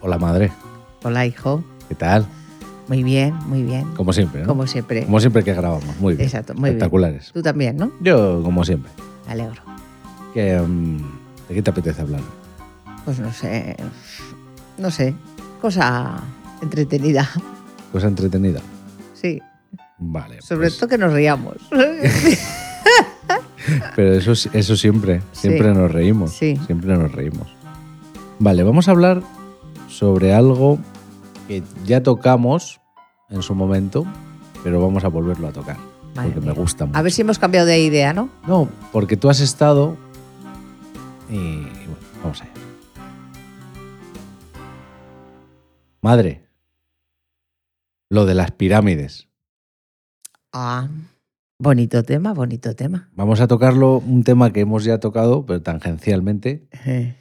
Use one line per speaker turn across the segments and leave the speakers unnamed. Hola madre,
Hola, hijo.
¿qué tal?
Muy bien, muy bien.
Como siempre, ¿no?
Como siempre.
Como siempre que grabamos, muy bien.
Exacto, muy bien.
Espectaculares.
Tú también, ¿no?
Yo, como siempre.
Me alegro.
Que, mm, ¿De qué te apetece hablar?
Pues no sé. No sé. Cosa entretenida.
Cosa Pues entretenida.
Sí.
Vale.
Sobre
pues-
todo que nos riamos.
Pero eso, eso siempre, siempre
Sí.
nos reímos.
Sí.
Siempre nos reímos. Vale, vamos a hablar sobre algo que ya tocamos en su momento, pero vamos a volverlo a tocar.
Madre
porque
mía.
me gusta mucho.
A ver si hemos cambiado de idea, ¿no?
No, porque tú has estado. Y, y bueno, vamos allá. Madre, lo de las pirámides.
Ah. Bonito tema, bonito tema.
Vamos a tocarlo, un tema que hemos ya tocado, pero tangencialmente.
Eh,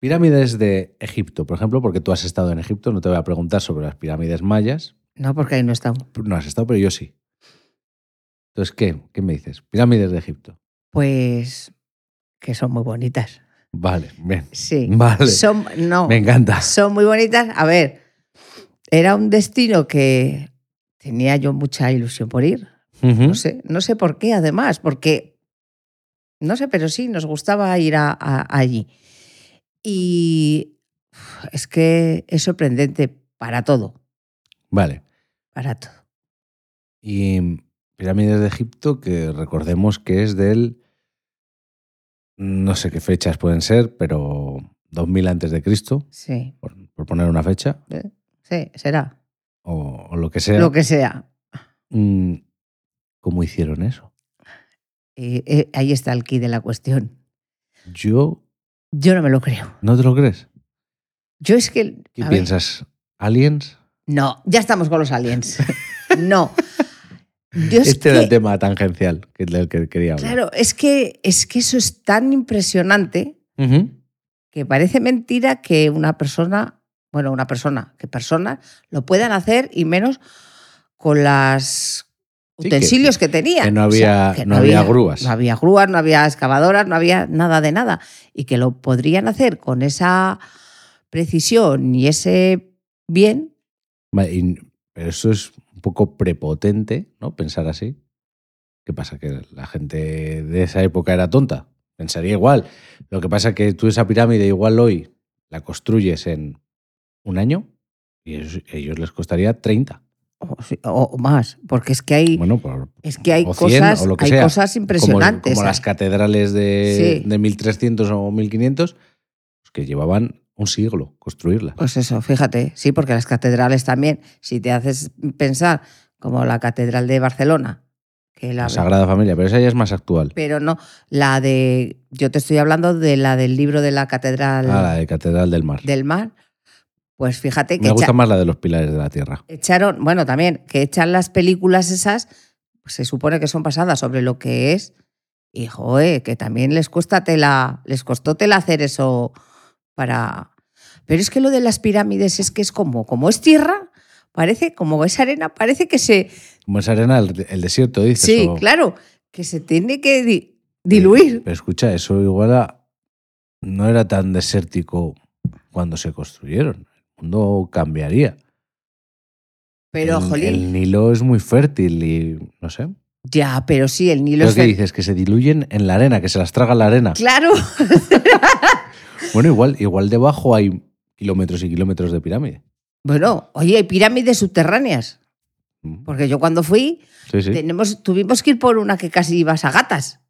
Pirámides de Egipto, por ejemplo, porque tú has estado en Egipto, no te voy a preguntar sobre las pirámides mayas.
No, porque ahí no está.
No has estado, pero yo sí. Entonces, ¿qué? ¿Qué me dices? Pirámides de Egipto.
Pues que son muy bonitas.
Vale, bien.
Sí.
Vale.
Son, no,
Me encanta.
son muy bonitas. A ver, era un destino que tenía yo mucha ilusión por ir.
Ujú.
No sé, no sé por qué, además, porque. No sé, pero sí, nos gustaba ir a, a- allí. Y uf, es que es sorprendente para todo,
Vale.
para todo.
Y Pirámides de Egipto, que recordemos que es del. No sé qué fechas pueden ser, pero 2000 antes de Cristo,
Sí,
por, por poner una fecha,
sí, será.
o, o lo que sea.
Lo que sea.
Mm, ¿Cómo hicieron eso?
Y, eh, ahí está el quid de la cuestión.
Yo.
Yo no me lo creo.
¿No te lo crees?
Yo es que.
¿Qué
a ver,
piensas? ¿Aliens?
no, ya estamos con los aliens. No. Yo es
este era el
que-
tema tangencial que, del que quería hablar.
Claro, es que, es que eso es tan impresionante.
Ujú.
que parece mentira que una persona, bueno, una persona, que personas lo puedan hacer y menos con las
Sí,
utensilios que, tenían.
que no había- no había grúas.
No había grúas, no había excavadoras, no había nada de nada. Y que lo podrían hacer con esa precisión y ese bien.
Vale, y- pero eso es un poco prepotente, ¿no? Pensar así. ¿Qué pasa? Que la gente de esa época era tonta. Pensaría igual. Lo que pasa que tú esa pirámide igual hoy la construyes en un año y ellos, ellos les costaría 30.
O, o más, porque es que hay,
Bueno, por-
es que hay
o 100
cosas,
o lo que
hay
sea.
cosas
como,
impresionantes. ¿eh?
como las catedrales de,
Sí.
de 1300 o 1500, pues que llevaban un siglo construirla.
Pues eso, fíjate, sí, porque las catedrales también, si te haces pensar como la catedral de Barcelona, que la,
La Sagrada Familia, pero esa ya es más actual.
pero no, la de yo te estoy hablando de la del libro de la catedral
Ah, la de Catedral del Mar.
del Mar. Pues fíjate que
Me gusta
echa-
más la de los pilares de la tierra.
echaron, bueno, también que echan las películas esas, pues se supone que son pasadas sobre lo que es. Y joe, que también les cuesta tela, les costó tela hacer eso para. Pero es que lo de las pirámides es que es como, como es tierra, parece, como es arena, parece que se.
Como es arena, el, el desierto, dices.
Sí,
o-
claro, que se tiene que di-
Pero-
diluir.
Pero escucha, eso igual a- no era tan desértico cuando se construyeron. El mundo cambiaría.
Pero,
el,
jolín.
el Nilo es muy fértil y no sé.
Ya, pero sí, el Nilo
Lo
es.
que
fe-
dices, que se diluyen en la arena, que se las traga la arena.
Claro,
Bueno, igual, igual debajo hay kilómetros y kilómetros de pirámide.
bueno, oye, hay pirámides subterráneas.
Mm,
Porque yo cuando fui,
Sí, sí.
tenemos, tuvimos que ir por una que casi ibas a gatas.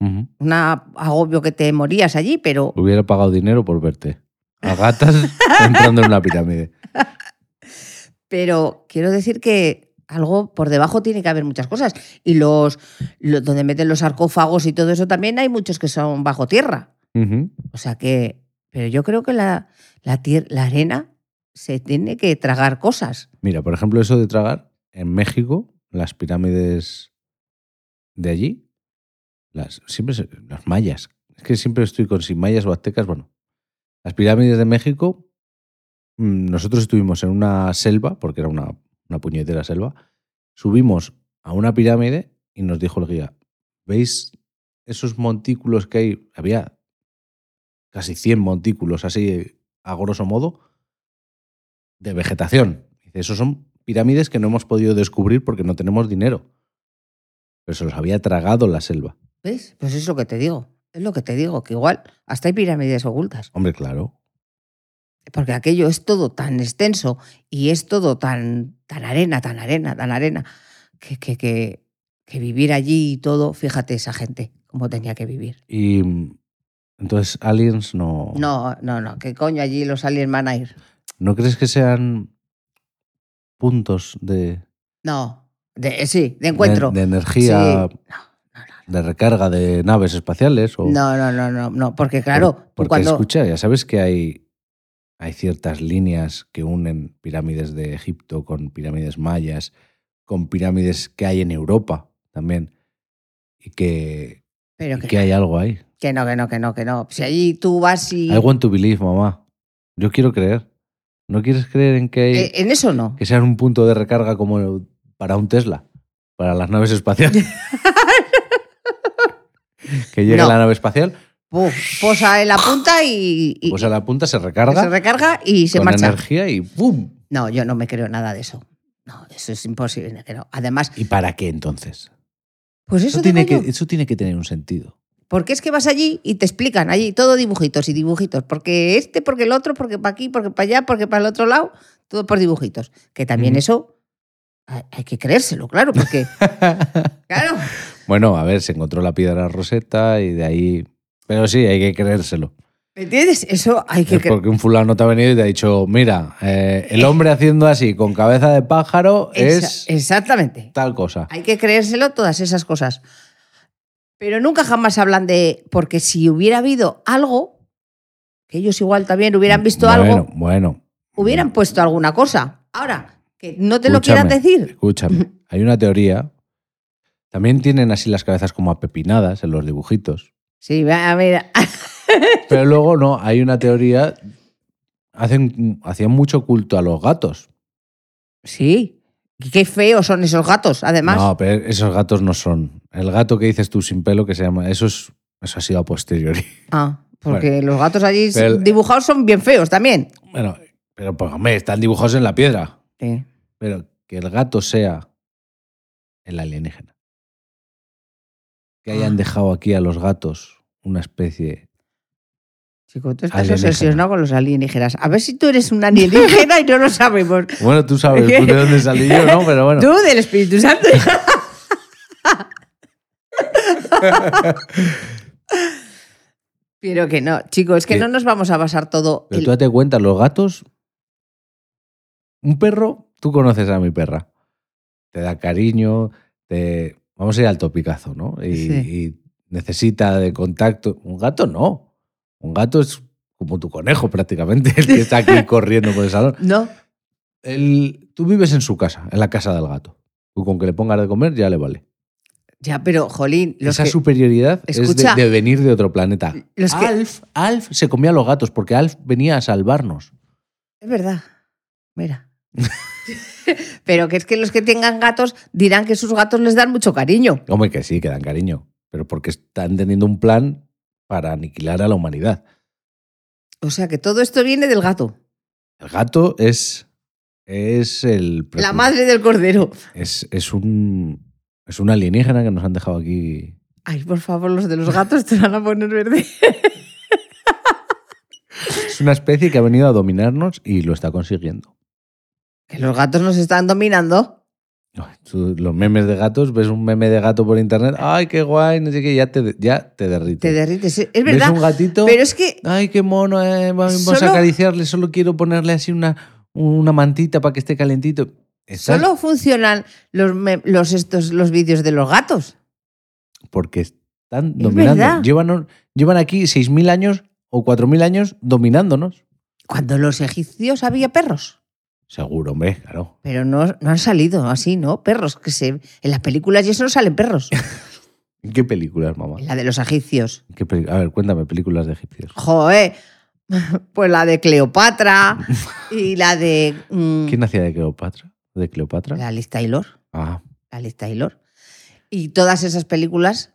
Ujú.
un agobio que te morías allí, pero
Hubiera pagado dinero por verte. A gatas entrando en una pirámide.
Pero quiero decir que algo por debajo tiene que haber muchas cosas. Y los, lo- donde meten los sarcófagos y todo eso también hay muchos que son bajo tierra.
Ujú.
O sea que. Pero yo creo que la, la, tier- la arena se tiene que tragar cosas.
Mira, por ejemplo, eso de tragar en México, las pirámides de allí, las, siempre se- las mayas. Es que siempre estoy con si mayas o aztecas, bueno. Las pirámides de México, mm, nosotros estuvimos en una selva, porque era una, una puñetera selva, subimos a una pirámide y nos dijo el guía, ¿veis esos montículos que hay? Había casi 100 montículos así a grosso eh, modo. de vegetación. Dice, esos son pirámides que no hemos podido descubrir porque no tenemos dinero. Pero se los había tragado la selva.
¿Ves? Pues es lo que te digo. Es lo que te digo, que igual hasta hay pirámides ocultas.
Hombre, claro.
Porque aquello es todo tan extenso y es todo tan, tan arena, tan arena, tan arena, que, que, que, que vivir allí y todo, fíjate esa gente, cómo tenía que vivir.
Y mm, entonces, aliens no.
No, no, no, que coño allí los aliens van a ir.
¿No crees que sean puntos de,
No, de, eh, sí, de encuentro.
de, de energía,
Sí.
de recarga de naves espaciales? O,
No, no, no, no, no, porque claro,
Porque
cuando...
escucha, ya sabes que hay, hay ciertas líneas que unen pirámides de Egipto con pirámides mayas, con pirámides que hay en Europa también. Y que,
Pero
y
que,
que hay algo ahí.
que no, que no, que no, que no. Si allí tú vas y...
I want to believe, mamá. Yo quiero creer. ¿No quieres creer en que, hay-
Eh, en eso no.
que sean un punto de recarga como para un Tesla? Para las naves espaciales. que llega
No.
la nave espacial,
Puf, posa en la punta y, y-
pues a la punta se
y
recarga
se recarga y se
con
marcha.
energía y ¡pum!
No, yo no me creo nada de eso. No, eso es imposible. que no. Además,
¿Y para qué entonces?
pues eso,
Eso tiene, que,
digo yo.
eso tiene que tener un sentido.
Porque es que vas allí y te explican allí todo dibujitos y dibujitos. Porque este, porque el otro, porque para aquí, porque para allá, porque para el otro lado. Todo por dibujitos. Que también
Ujú.
eso hay, hay que creérselo, claro, porque... claro.
Bueno, a ver, se encontró la piedra roseta y de ahí. Pero sí, hay que creérselo.
¿Me entiendes? Eso hay que
Es
creer.
porque un fulano te ha venido y te ha dicho: Mira, eh, el hombre haciendo así con cabeza de pájaro es
eh, Exactamente.
tal cosa.
Hay que creérselo todas esas cosas. Pero nunca jamás hablan de. Porque si hubiera habido algo, que ellos igual también hubieran visto
Bueno,
algo,
bueno. Mm.
hubieran puesto alguna cosa. Ahora, que no te lo
Escúchame.
quieran decir.
Escúchame, hay una teoría. También tienen así las cabezas como apepinadas en los dibujitos.
Sí, va, mira.
Pero luego no, hay una teoría. Hacen, hacían mucho culto a los gatos.
Sí. Qué feos son esos gatos, además.
No, pero esos gatos no son. El gato que dices tú sin pelo que se llama, eso es eso ha sido a posteriori.
Ah, porque los gatos allí
Pero eh, el-
dibujados son bien feos también.
Bueno, pero pues hombre, están dibujados en la piedra.
Sí.
Pero que el gato sea el alienígena. Que hayan
Ah.
dejado aquí a los gatos una especie.
Chico, tú estás
Alienígena.
obsesionado con los alienígenas. A ver si tú eres un alienígena y no lo sabemos.
Bueno, tú sabes tú de dónde salí yo, ¿no? Pero bueno.
Tú del Espíritu Santo. Pero que no, chicos, es que
Sí.
no nos vamos a basar todo.
Pero
el-
tú date cuenta, los gatos. Un perro, tú conoces a mi perra. Te da cariño, te. Vamos a ir al topicazo, ¿no? Y,
Sí.
y necesita de contacto. Un gato no. Un gato es como tu conejo prácticamente, el que está aquí corriendo por el salón.
No,
El- tú vives en su casa, en la casa del gato. Tú con que le pongas de comer ya le vale.
ya, pero jolín, los
Esa
que,
superioridad
Escucha.
es de, de venir de otro planeta.
los que-
Alf, Alf se comía a los gatos porque Alf venía a salvarnos.
Es verdad. Mira. pero que es que los que tengan gatos dirán que sus gatos les dan mucho cariño.
Hombre, que sí, que dan cariño. Pero porque están teniendo un plan para aniquilar a la humanidad.
O sea que todo esto viene del gato.
El gato es. Es el.
La madre del cordero.
Es, es un. Es un alienígena que nos han dejado aquí.
Ay, por favor, los de los gatos te van a poner verde.
Es una especie que ha venido a dominarnos y lo está consiguiendo.
Que los gatos nos están dominando.
Ay, tú, los memes de gatos, ves un meme de gato por internet, ¡ay, qué guay! No sé qué, ya te, ya te derrites.
Te derrites. Es
¿Ves
verdad.
un gatito?
Pero es que
¡Ay, qué mono! eh, vamos
Solo-
a acariciarle, solo quiero ponerle así una, una mantita para que esté calentito. Estás-
solo funcionan los, me- los, estos, los vídeos de los gatos.
porque están dominando.
verdad.
Llevan, llevan aquí 6.000 años o 4.000 años dominándonos.
Cuando los egipcios había perros.
Seguro, hombre, claro.
Pero no, no han salido así, ¿no? Perros que se. En las películas y eso no salen perros.
¿En qué películas, mamá?
En la de los egipcios.
¿En qué peli- A ver, cuéntame, películas de egipcios.
Joder. Pues la de Cleopatra y la de. mm,
¿Quién hacía de Cleopatra? ¿De Cleopatra?
la Liz Taylor.
Ah,
La Liz Taylor. Y todas esas películas.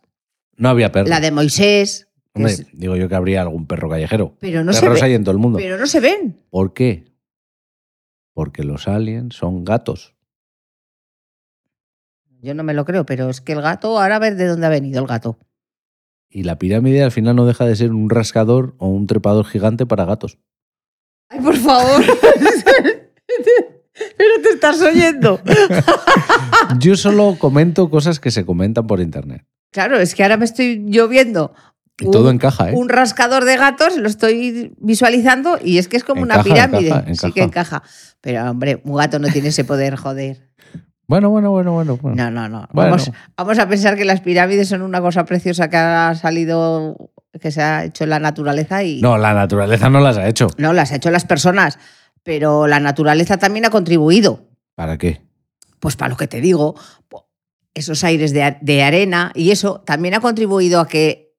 no había perros.
La de Moisés. que
Hombre,
es-
digo yo que habría algún perro callejero.
pero, no se
Perros
ve-
hay en todo el mundo.
pero no se ven.
¿Por qué? Porque los aliens son gatos.
Yo no me lo creo, pero es que el gato, ahora a ver de dónde ha venido el gato.
Y la pirámide al final no deja de ser un rascador o un trepador gigante para gatos.
Ay, por favor. pero te estás oyendo. ¡Ah!
Yo solo comento cosas que se comentan por internet.
Claro, es que ahora me estoy lloviendo.
Y todo encaja, ¿eh?
un rascador de gatos, lo estoy visualizando y es que es como una
Encaja,
pirámide.
encaja, encaja.
Sí que encaja. Pero, hombre, un gato no tiene ese poder, joder.
Bueno, bueno, bueno, bueno. bueno.
No, no, no.
Bueno.
Vamos, vamos a pensar que las pirámides son una cosa preciosa que ha salido, que se ha hecho en la naturaleza y.
No, la naturaleza no las ha hecho.
No, las ha hecho las personas. Pero la naturaleza también ha contribuido.
¿Para qué?
Pues para lo que te digo, po- esos aires de, a- de arena y eso también ha contribuido a que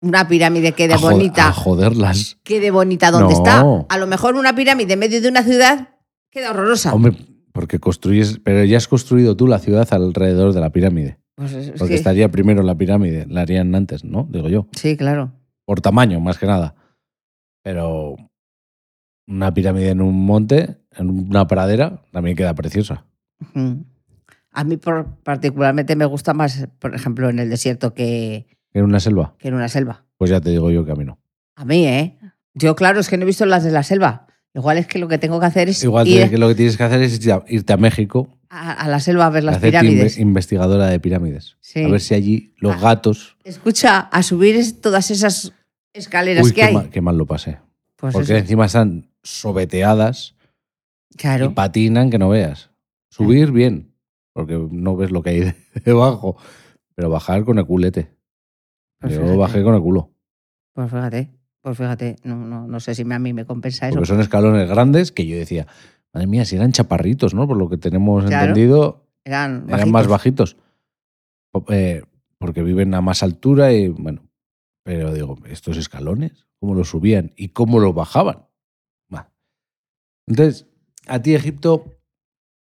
una pirámide quede
a jo-
bonita.
A joderlas.
quede bonita donde
No.
está. A lo mejor una pirámide en medio de una ciudad queda horrorosa.
Hombre, porque construyes. Pero ya has construido tú la ciudad alrededor de la pirámide.
Pues es- es
Porque
que-
estaría primero la pirámide. La harían antes, ¿no? Digo yo.
Sí, claro.
Por tamaño, más que nada. Pero una pirámide en un monte, en una pradera, también queda preciosa.
Ujú. A mí por- particularmente me gusta más, por ejemplo, en el desierto que,
En una selva.
que en una selva.
Pues ya te digo yo que a mí no.
A mí, ¿eh? Yo, claro, es que no he visto las de la selva. Igual es que lo que tengo que hacer es
Igual
ir
tienes que- lo que tienes que hacer es ir a- irte a México
a, a la selva a ver las
hacerte inve-
pirámides.
investigadora de pirámides.
Sí.
A ver si allí los
Ah.
gatos.
Escucha, a subir es- todas esas escaleras
Uy,
que
qué,
hay.
ma- qué mal lo pasé.
Pues
Porque
eso,
encima están sobeteadas y
claro.
patinan que no veas. Subir bien, porque no ves lo que hay de- debajo. Pero bajar con el culete.
Pues
Yo
fíjate.
bajé con el culo.
Pues fíjate, pues fíjate, no, no, no sé si me- a mí me compensa eso.
Porque son escalones grandes que yo decía, madre mía, si eran chaparritos, ¿no? Por lo que tenemos
Claro.
entendido,
Eran,
eran más
bajitos.
bajitos. Po- eh, porque viven a más altura y bueno. Pero digo, estos escalones, ¿cómo los subían y cómo los bajaban? Bah. Entonces, a ti Egipto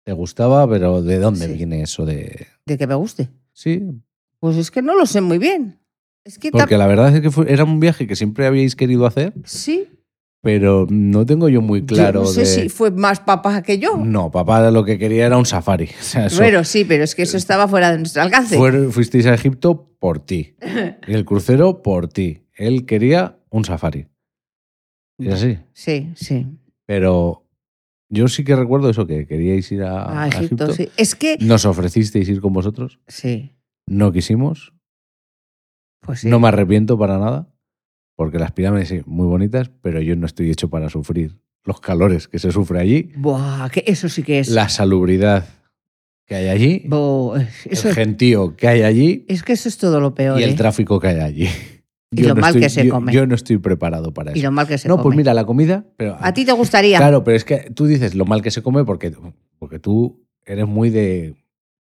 te gustaba, pero ¿de dónde
Sí.
viene eso de...?
De que me guste.
Sí,
Pues es que no lo sé muy bien. Es que
porque
tam-
la verdad es que fue- era un viaje que siempre habíais querido hacer,
sí.
pero no tengo yo muy claro
yo no sé
de...
si fue más papá que yo.
No, papá lo que quería era un safari. O sea, eso- Eh,
Pero sí, pero es que eso estaba fuera de nuestro alcance.
Fuer- fuisteis a Egipto por ti. Y el crucero por ti. Él quería un safari. Es así.
Sí, sí.
Pero yo sí que recuerdo eso, que queríais ir a,
A
a
Ah, Egipto, sí. Es que
Nos ofrecisteis ir con vosotros.
sí,
No quisimos.
pues sí.
No me arrepiento para nada. Porque las pirámides sí, muy bonitas, pero yo no estoy hecho para sufrir los calores que se sufre allí,
Buah, que eso sí que es.
la salubridad que hay allí,
Buah, eso-
el gentío que hay allí.
es que eso es todo lo peor.
y el
¿eh?
tráfico que hay allí.
Y lo mal que se
yo-
come.
Yo no estoy preparado para
Y
eso.
lo mal que se
no,
come.
pues mira, la comida. Pero
A ti te gustaría.
Claro, pero es que tú dices lo mal que se come porque, porque tú eres muy de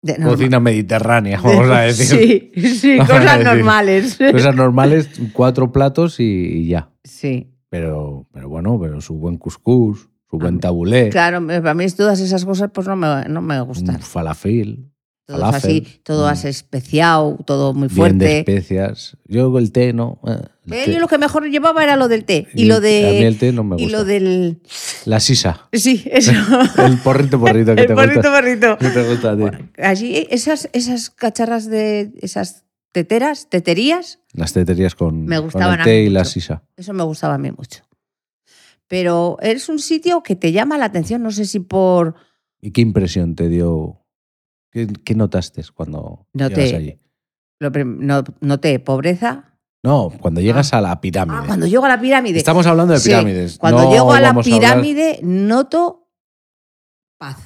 de- normal.
cocina mediterránea, vamos a decir.
Sí, sí,
Vamos a
cosas
decir.
normales.
Cosas normales, cuatro platos y, y ya.
Sí.
Pero, pero bueno, pero su buen cuscús, su
mí-
buen tabulé,
Claro, me- a mí todas esas cosas pues no me, no me gustan.
un falafel,
Todo es
falafel,
así, todo
mm.
así especiado, todo muy
bien de
fuerte.
especias. Yo el té no. eh, el
Eh,
té.
yo lo que mejor llevaba era lo del té. Y, lo
A mí
de.
el té no me gusta.
Y lo del.
La sisa.
Sí, eso.
El porrito porrito que
El
te
porrito,
gusta.
porrito.
Que te gusta a ti.
Allí, eh, esas, esas cacharras de. Esas teteras, teterías,
Las teterías con,
Me
con
gustaban
el
a
té
mí
y la
mucho.
sisa.
eso me gustaba a mí mucho. Pero es un sitio que te llama la atención, no sé si por.
¿Y qué impresión te dio? ¿Qué, qué notaste cuando
No
llegas
te-
allí?
Lo prim- no, noté pobreza.
No, cuando llegas a la pirámide.
Ah, cuando llego a la pirámide.
Estamos hablando de
Sí,
pirámides.
cuando
no
llego a la
vamos hablar-
pirámide, noto paz.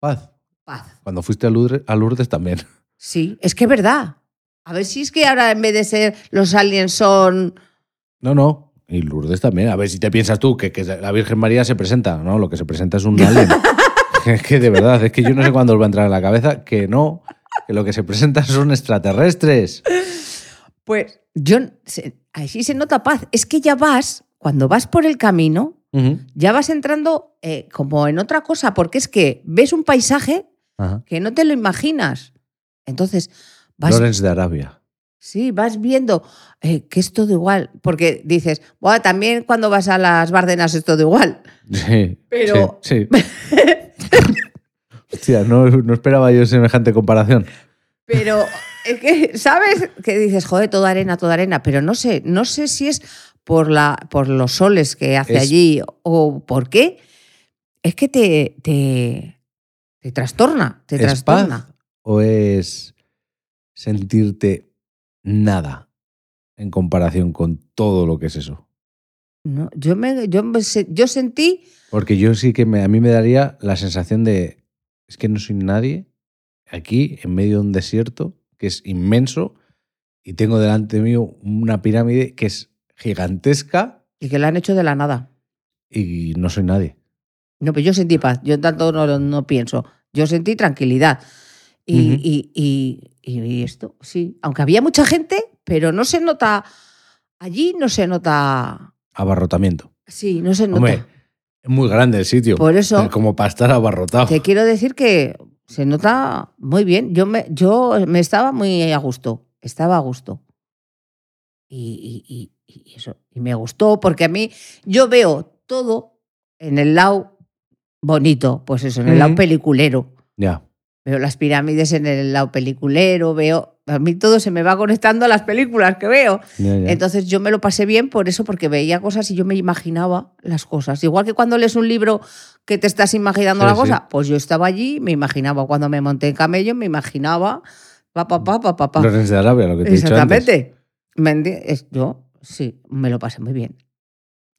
Paz,
Paz.
Cuando fuiste a Lourdes, a Lourdes también.
Sí, es que es verdad. A ver si es que ahora en vez de ser los aliens son.
No, no. Y Lourdes también. A ver si te piensas tú que, que la Virgen María se presenta. No, lo que se presenta es un alien. es que de verdad, es que yo no sé cuándo os va a entrar en la cabeza que no, que lo que se presenta son extraterrestres.
Pues yo. se- ahí sí se nota paz. Es que ya vas, cuando vas por el camino,
Ujú.
ya vas entrando eh, como en otra cosa, porque es que ves un paisaje
Ajá.
que no te lo imaginas. Entonces, vas.
Lawrence de Arabia.
Sí, vas viendo eh, que es todo igual. Porque dices, bueno, también cuando vas a las Bardenas es todo igual.
Sí,
Pero-
Sí. sí. Hostia, no, no esperaba yo semejante comparación.
Pero es que, ¿sabes? Que dices, joder, toda arena, toda arena. Pero no sé, no sé si es por, la, por los soles que hace
Es-
allí o por qué. Es que te, te, te trastorna, te
¿Es
trastorna.
paz o es sentirte nada en comparación con todo lo que es eso?
No, yo, me, yo, me se- yo sentí,
Porque yo sí que me- a mí me daría la sensación de, es que no soy nadie aquí en medio de un desierto que es inmenso y tengo delante mío una pirámide que es gigantesca
y que la han hecho de la nada.
y no soy nadie.
No, pero yo sentí paz. Yo tanto no, no pienso. Yo sentí tranquilidad. Y,
Ujú.
y- y- y- y esto, sí. Aunque había mucha gente, pero no se nota. Allí no se nota.
Abarrotamiento.
Sí, no se nota.
Hombre, es muy grande el sitio.
Por eso
Eh, Como para estar abarrotado.
te quiero decir que se nota muy bien. Yo me, yo me estaba muy a gusto. Estaba a gusto. Y, y- y- y eso. Y me gustó porque a mí yo veo todo en el lado bonito, pues eso, en el lado
Ujú.
peliculero.
Ya.
Veo las pirámides en el lado peliculero, veo. A mí todo se me va conectando a las películas que veo.
ya, ya.
Entonces yo me lo pasé bien por eso, porque veía cosas y yo me imaginaba las cosas. Igual que cuando lees un libro que te estás imaginando
Sí,
la
sí.
cosa, pues yo estaba allí, me imaginaba. Cuando me monté en camello, me imaginaba. Pa, pa, pa, pa, pa, pa.
Lorenz de Arabia, lo que te he dicho antes.
Exactamente. ¿Me enti- es- Yo sí, me lo pasé muy bien.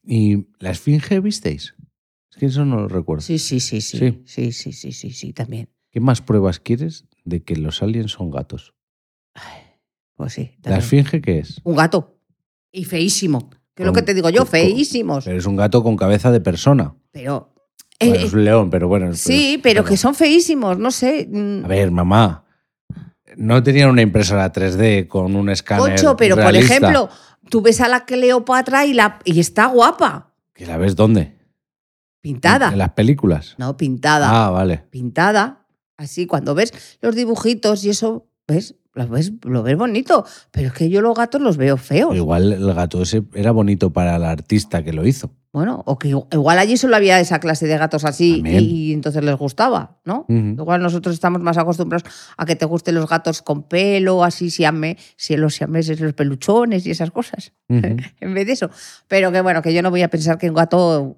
¿Y la esfinge visteis? Es que eso no lo recuerdo.
Sí, sí, sí, sí.
Sí.
Sí, sí, sí, sí, sí, también.
¿Qué más pruebas quieres de que los aliens son gatos?
Pues sí.
¿La
también.
esfinge qué es?
Un gato. Y feísimo. Que es lo
Con-
que te digo yo,
con- con-
feísimos.
Pero es un gato con cabeza de persona.
Pero. eh,
Bueno, es un león, pero bueno.
sí, pero que son feísimos, no sé. mm,
A ver, mamá. No tenían una impresora 3D con un escáner.
Cocho, pero
realista.
por ejemplo, tú ves a la Cleopatra y, la, y está guapa.
¿Que la ves dónde?
Pintada.
En las películas.
No, pintada.
Ah, vale.
Pintada. Así, cuando ves los dibujitos y eso, ves, lo ves, lo ves bonito. Pero es que yo los gatos los veo feos.
Igual el gato ese era bonito para el artista que lo hizo.
Bueno, o que igual allí solo había esa clase de gatos así y,
También.
y entonces les gustaba, ¿no?
Ujú.
Igual nosotros estamos más acostumbrados a que te gusten los gatos con pelo, así siame, si los siameses, los peluchones y esas cosas,
Ujú.
en vez de eso. Pero que bueno, que yo no voy a pensar que un gato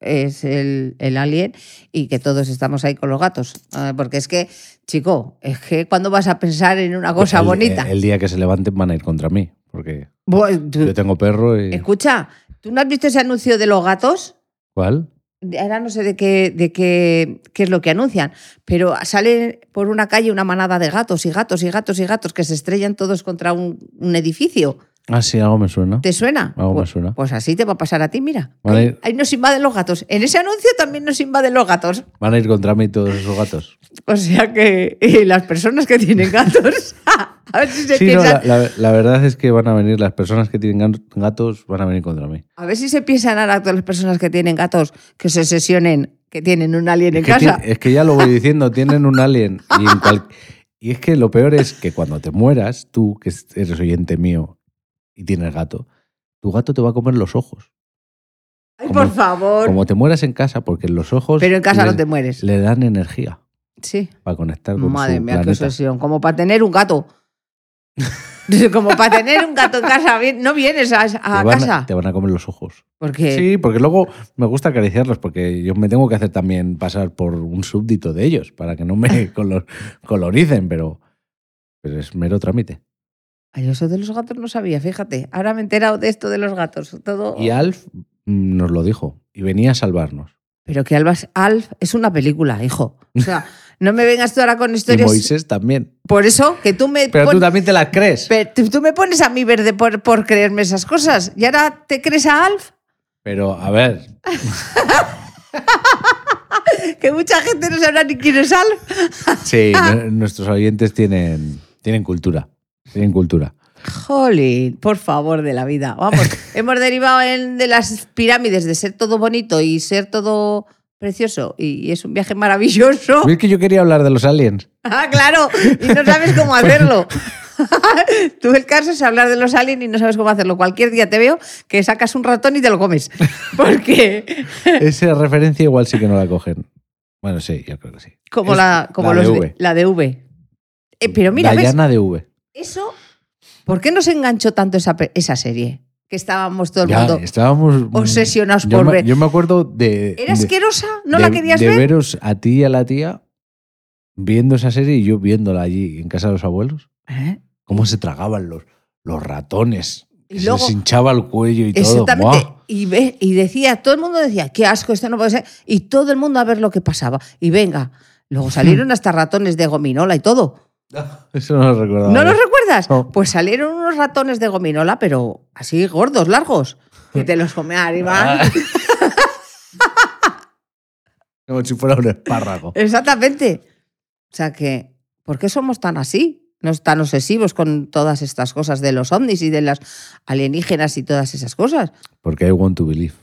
es el, el alien y que todos estamos ahí con los gatos. Ah, Porque es que, chico, es que cuando vas a pensar en una cosa
El-
bonita...
Pues, El, día que se levanten van a ir contra mí. Porque
Bueno, tú-
yo tengo perro y.
escucha, ¿tú no has visto ese anuncio de los gatos?
¿Cuál?
de- ahora no sé de qué, de qué, qué es lo que anuncian, pero sale por una calle una manada de gatos y gatos y gatos y gatos que se estrellan todos contra un, un edificio.
Ah, sí, algo me suena.
¿Te suena?
Algo me
pues,
suena.
pues así te va a pasar a ti, mira.
Vale.
Ahí, ahí nos invaden los gatos. En ese anuncio también nos invaden los gatos.
Van a ir contra mí todos esos gatos.
O sea que y las personas que tienen gatos, a ver si se
Sí, no,
piensan,
la, la- la verdad es que van a venir, las personas que tienen gan- gatos van a venir contra mí.
a ver si se piensan ahora todas las personas que tienen gatos que se sesionen, que tienen un alien
Es
en
que,
casa.
ti- es que ya lo voy diciendo, tienen un alien. Y, en cual- y es que lo peor es que cuando te mueras, tú, que eres oyente mío y tienes gato, tu gato te va a comer los ojos.
Ay,
como-
por favor.
Como te mueras en casa, porque los ojos
pero en casa
le,
no te mueres.
le dan energía
Sí.
para conectar con
Madre
su
mía, qué
planeta.
obsesión. Como para tener un gato. Como para tener un gato en casa. bien- No vienes a, a
te, van
casa.
a, te van a comer los ojos.
Porque
Sí, porque luego me gusta acariciarlos, porque yo me tengo que hacer también pasar por un súbdito de ellos para que no me color- coloricen, pero, pero es mero trámite.
Ay, yo eso de los gatos no sabía, fíjate. Ahora me he enterado de esto de los gatos. Todo...
Y Alf mm, nos lo dijo y venía a salvarnos.
Pero que Alf, Alf es una película, hijo. O sea, no me vengas tú ahora con
Y
historias.
Moisés también.
Por eso que tú me,
Pero
pon-
tú también te las crees.
pero tú- tú me pones a mí verde por, por creerme esas cosas. ¿Y ahora te crees a Alf?
Pero a ver,
Que mucha gente no sabrá ni quién es Alf.
sí, n- nuestros oyentes tienen, tienen cultura. Tienen cultura.
Jolín, por favor de la vida. Vamos, hemos derivado en- de las pirámides de ser todo bonito y ser todo precioso y es un viaje maravilloso.
Oh. ¿Ves que yo quería hablar de los aliens? Pues,
Ah, claro, y no sabes cómo hacerlo. Tú el caso es hablar de los aliens y no sabes cómo hacerlo. Cualquier día te veo que sacas un ratón y te lo comes. Porque
Esa referencia igual sí que no la cogen. Bueno, sí, yo creo que sí.
como
Es
la como
la
los
DV.
de- la DV. Eh, pero mira, ¿ves?
Dayana de V.
Eso, ¿por qué nos enganchó tanto esa, pe- esa serie? Que estábamos todo el
Ya,
mundo
estábamos mm,
obsesionados
yo
por
me,
ver.
Yo me acuerdo de.
¿Era
de-
asquerosa? ¿No
de-
la querías
de
ver?
veros a ti y a la tía viendo esa serie y yo viéndola allí en casa de los abuelos.
¿Eh?
Cómo se tragaban los, los ratones.
Y
que se
luego-
les hinchaba el cuello y todo.
Exactamente.
¡Buah!
Y, ve- y decía, todo el mundo decía, qué asco, esto no puede ser. Y todo el mundo a ver lo que pasaba. Y venga, luego salieron hasta ratones de gominola y todo.
Eso no lo recordaba.
¿No
yo.
los recuerdas?
No.
Pues salieron unos ratones de gominola, pero así gordos, largos. Que te los comían, Iván.
Ah. Como si fuera un espárrago.
Exactamente. O sea que, ¿por qué somos tan así? No tan obsesivos con todas estas cosas de los ovnis y de las alienígenas y todas esas cosas.
Porque I want to believe.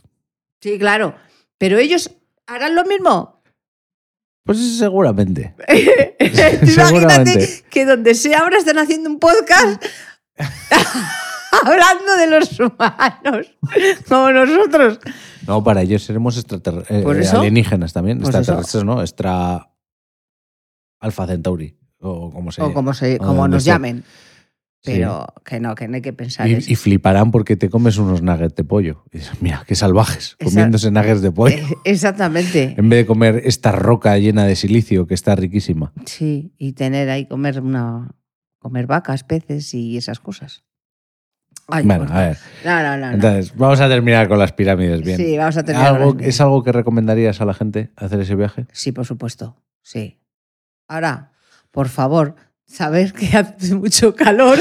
Sí, claro. Pero ellos harán lo mismo.
Pues seguramente.
Tú Imagínate
Seguramente.
que donde sea ahora están haciendo un podcast hablando de los humanos, como nosotros.
No, para ellos seremos extraterre- eh,
Por eso.
alienígenas también.
Pues
extraterrestres, ¿no? Extra. Alfa Centauri. O como se
O como, se,
O
como
donde
nos
sea.
llamen.
Sí.
Pero que no, que no hay que pensar eso.
y, y fliparán porque te comes unos nuggets de pollo. Y dices, mira, qué salvajes,
Esa-
comiéndose nuggets de pollo.
Eh, Exactamente.
En vez de comer esta roca llena de silicio que está riquísima.
Sí, y tener ahí comer una comer vacas, peces y esas cosas. Ay,
Bueno,
por
a ver.
favor. pues No, no, no. no.
Entonces, vamos a terminar con las pirámides bien.
Sí, vamos a tener
¿Algo-
ahora-
¿Es algo que recomendarías a la gente hacer ese viaje?
Sí, por supuesto. Sí. Ahora, por favor, sabed que hace mucho calor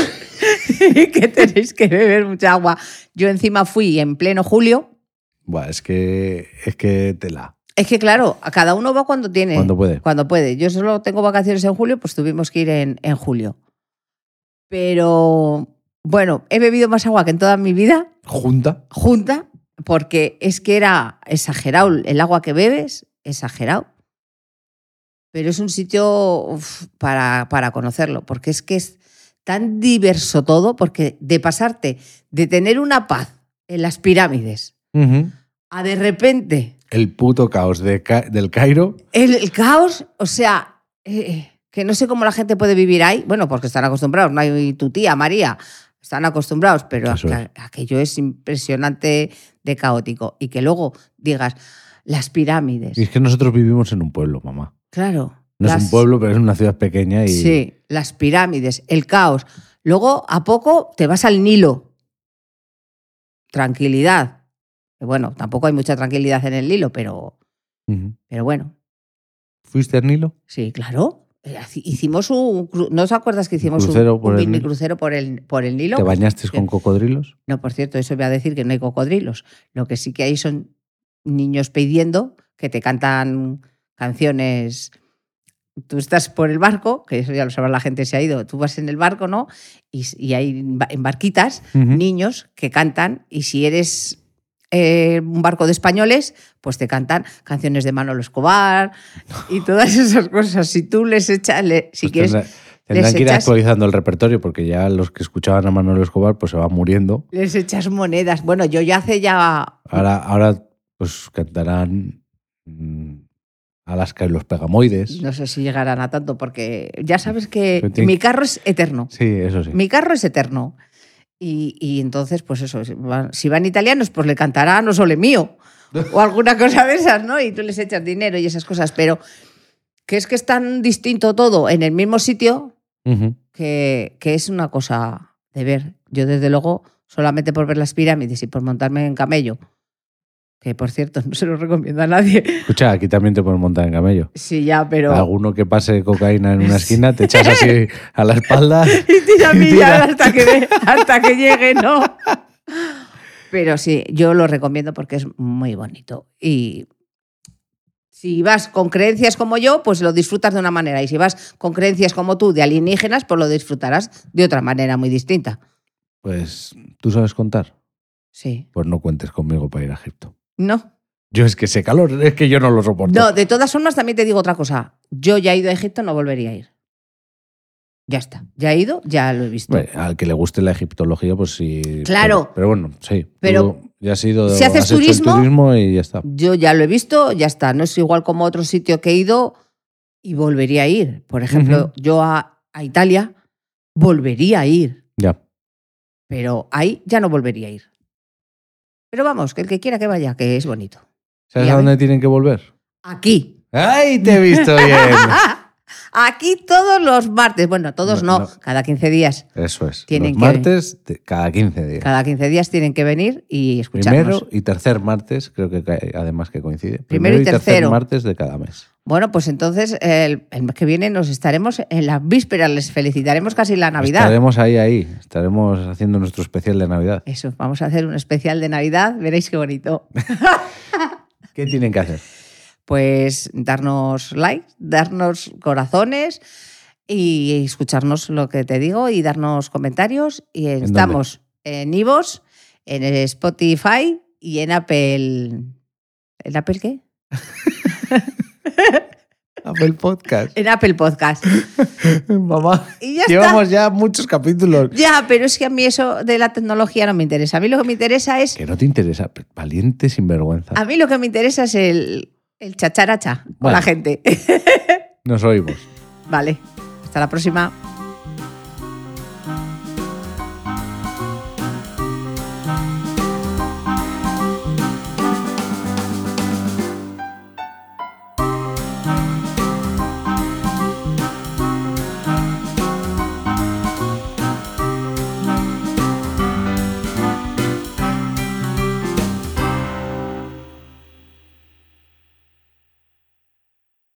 y que tenéis que beber mucha agua. Yo encima fui en pleno julio.
Buah, es que es que tela.
Es que claro, a cada uno va cuando tiene.
Cuando puede.
Cuando puede. Yo solo tengo vacaciones en julio, pues tuvimos que ir en, en julio. Pero bueno, he bebido más agua que en toda mi vida.
Junta.
junta, porque es que era exagerado el agua que bebes, exagerado. Pero es un sitio uf, para, para conocerlo, porque es que es tan diverso todo, porque de pasarte de tener una paz en las pirámides
Ujú.
a de repente
El puto caos de Ca- del Cairo.
el, el caos, o sea, eh, que no sé cómo la gente puede vivir ahí, bueno, porque están acostumbrados, no hay tu tía, María, están acostumbrados, pero
Eso
aqu- aquello es impresionante de caótico. Y que luego digas, las pirámides,
Y es que nosotros vivimos en un pueblo, mamá.
claro.
No
las-
es un pueblo, pero es una ciudad pequeña y
Sí, las pirámides, el caos. Luego, a poco, te vas al Nilo. Tranquilidad. Que Bueno, tampoco hay mucha tranquilidad en el Nilo, pero,
Ujú.
pero bueno.
¿Fuiste al Nilo?
Sí, claro. Eh, haci- Hicimos un. cru- ¿No os acuerdas que hicimos un-
Crucero
un,
por el
mini
Nilo.
crucero por el, por el Nilo?
¿Te bañaste con cocodrilos?
No, por cierto, eso voy a decir que no hay cocodrilos. Lo que sí que hay son niños pidiendo que te cantan canciones. Tú estás por el barco, que eso ya lo sabrá la gente se ha ido. Tú vas en el barco, ¿no? Y, s- y hay ba- en barquitas
Ujú.
niños que cantan y si eres eh, un barco de españoles, pues te cantan canciones de Manolo Escobar y todas esas cosas. Si tú les echas, le- si
Pues
quieres...
tendrá- tendrán que ir
echas-
actualizando el repertorio porque ya los que escuchaban a Manuel Escobar pues se van muriendo.
Les echas monedas. Bueno, yo ya hace ya...
Ahora, ahora pues cantarán mm, Alaska y los Pegamoides.
No sé si llegarán a tanto porque ya sabes que
Pero tiene-
mi carro es eterno.
Sí, eso sí.
Mi carro es eterno. Y, y entonces, pues eso, si van- si van italianos, pues le cantarán o sole mío o alguna cosa de esas, ¿no? Y tú les echas dinero y esas cosas. Pero que es que es tan distinto todo en el mismo sitio
Ujú.
que, que es una cosa de ver. Yo, desde luego, solamente por ver las pirámides y por montarme en camello, que por cierto, no se lo recomiendo a nadie.
Escucha, aquí también te puedes montar en camello.
Sí, ya, pero.
Alguno que pase cocaína en una esquina, te echas así a la espalda.
Y tira
Y
millas
tira.
hasta que, ve- hasta que llegue, ¿no? Pero sí, yo lo recomiendo porque es muy bonito. Y si vas con creencias como yo, pues lo disfrutas de una manera. Y si vas con creencias como tú de alienígenas, pues lo disfrutarás de otra manera muy distinta.
Pues, ¿tú sabes contar?
Sí.
Pues no cuentes conmigo para ir a Egipto.
No.
Yo es que ese calor, es que yo no lo soporto.
No, de todas formas también te digo otra cosa. Yo ya he ido a Egipto, no volvería a ir. Ya está. Ya he ido, ya lo he visto.
Bueno, al que le guste la egiptología, pues sí.
Claro.
Pero, pero bueno, sí.
Pero
Tú ya has ido.
si haces
has hecho el
turismo-
turismo y ya está.
Yo ya lo he visto, ya está. No es igual como otro sitio que he ido y volvería a ir. Por ejemplo, yo a, a Italia volvería a ir,
Ya.
pero ahí ya no volvería a ir. Pero vamos, que el que quiera que vaya, que es bonito.
¿Sabes
Y a
a dónde tienen que volver?
Aquí. Ah,
¡Ay, te he visto bien!
Aquí todos los martes. Bueno, todos
No,
no,
no.
cada 15 días.
Eso es.
Tienen
Los
que-
martes, de- cada 15 días.
Cada 15 días tienen que venir y escucharnos.
Primero y tercer martes, creo que cae- además que coincide.
Primero y
tercer
tercero.
martes de cada mes.
Bueno, pues entonces el, el mes que viene nos estaremos en las vísperas, les felicitaremos casi la Navidad.
Estaremos ahí, ahí. Estaremos haciendo nuestro especial de Navidad.
Eso, vamos a hacer un especial de Navidad, veréis qué bonito.
¿Qué tienen que hacer?
Pues darnos like, darnos corazones y escucharnos lo que te digo y darnos comentarios. Y
dónde?
estamos en Ivos, en Spotify y en Apple. ¿En Apple qué?
Apple Ah, Podcast.
En Apple Podcast.
Mamá,
Y ya
llevamos ya muchos capítulos.
está. Ya, pero es que a mí eso de la tecnología no me interesa. A mí lo que me interesa es.
Que no te interesa. Valiente sinvergüenza.
A mí lo que me interesa es el, el chacharacha con
Bueno.
la gente.
Nos oímos.
vale. Hasta la próxima.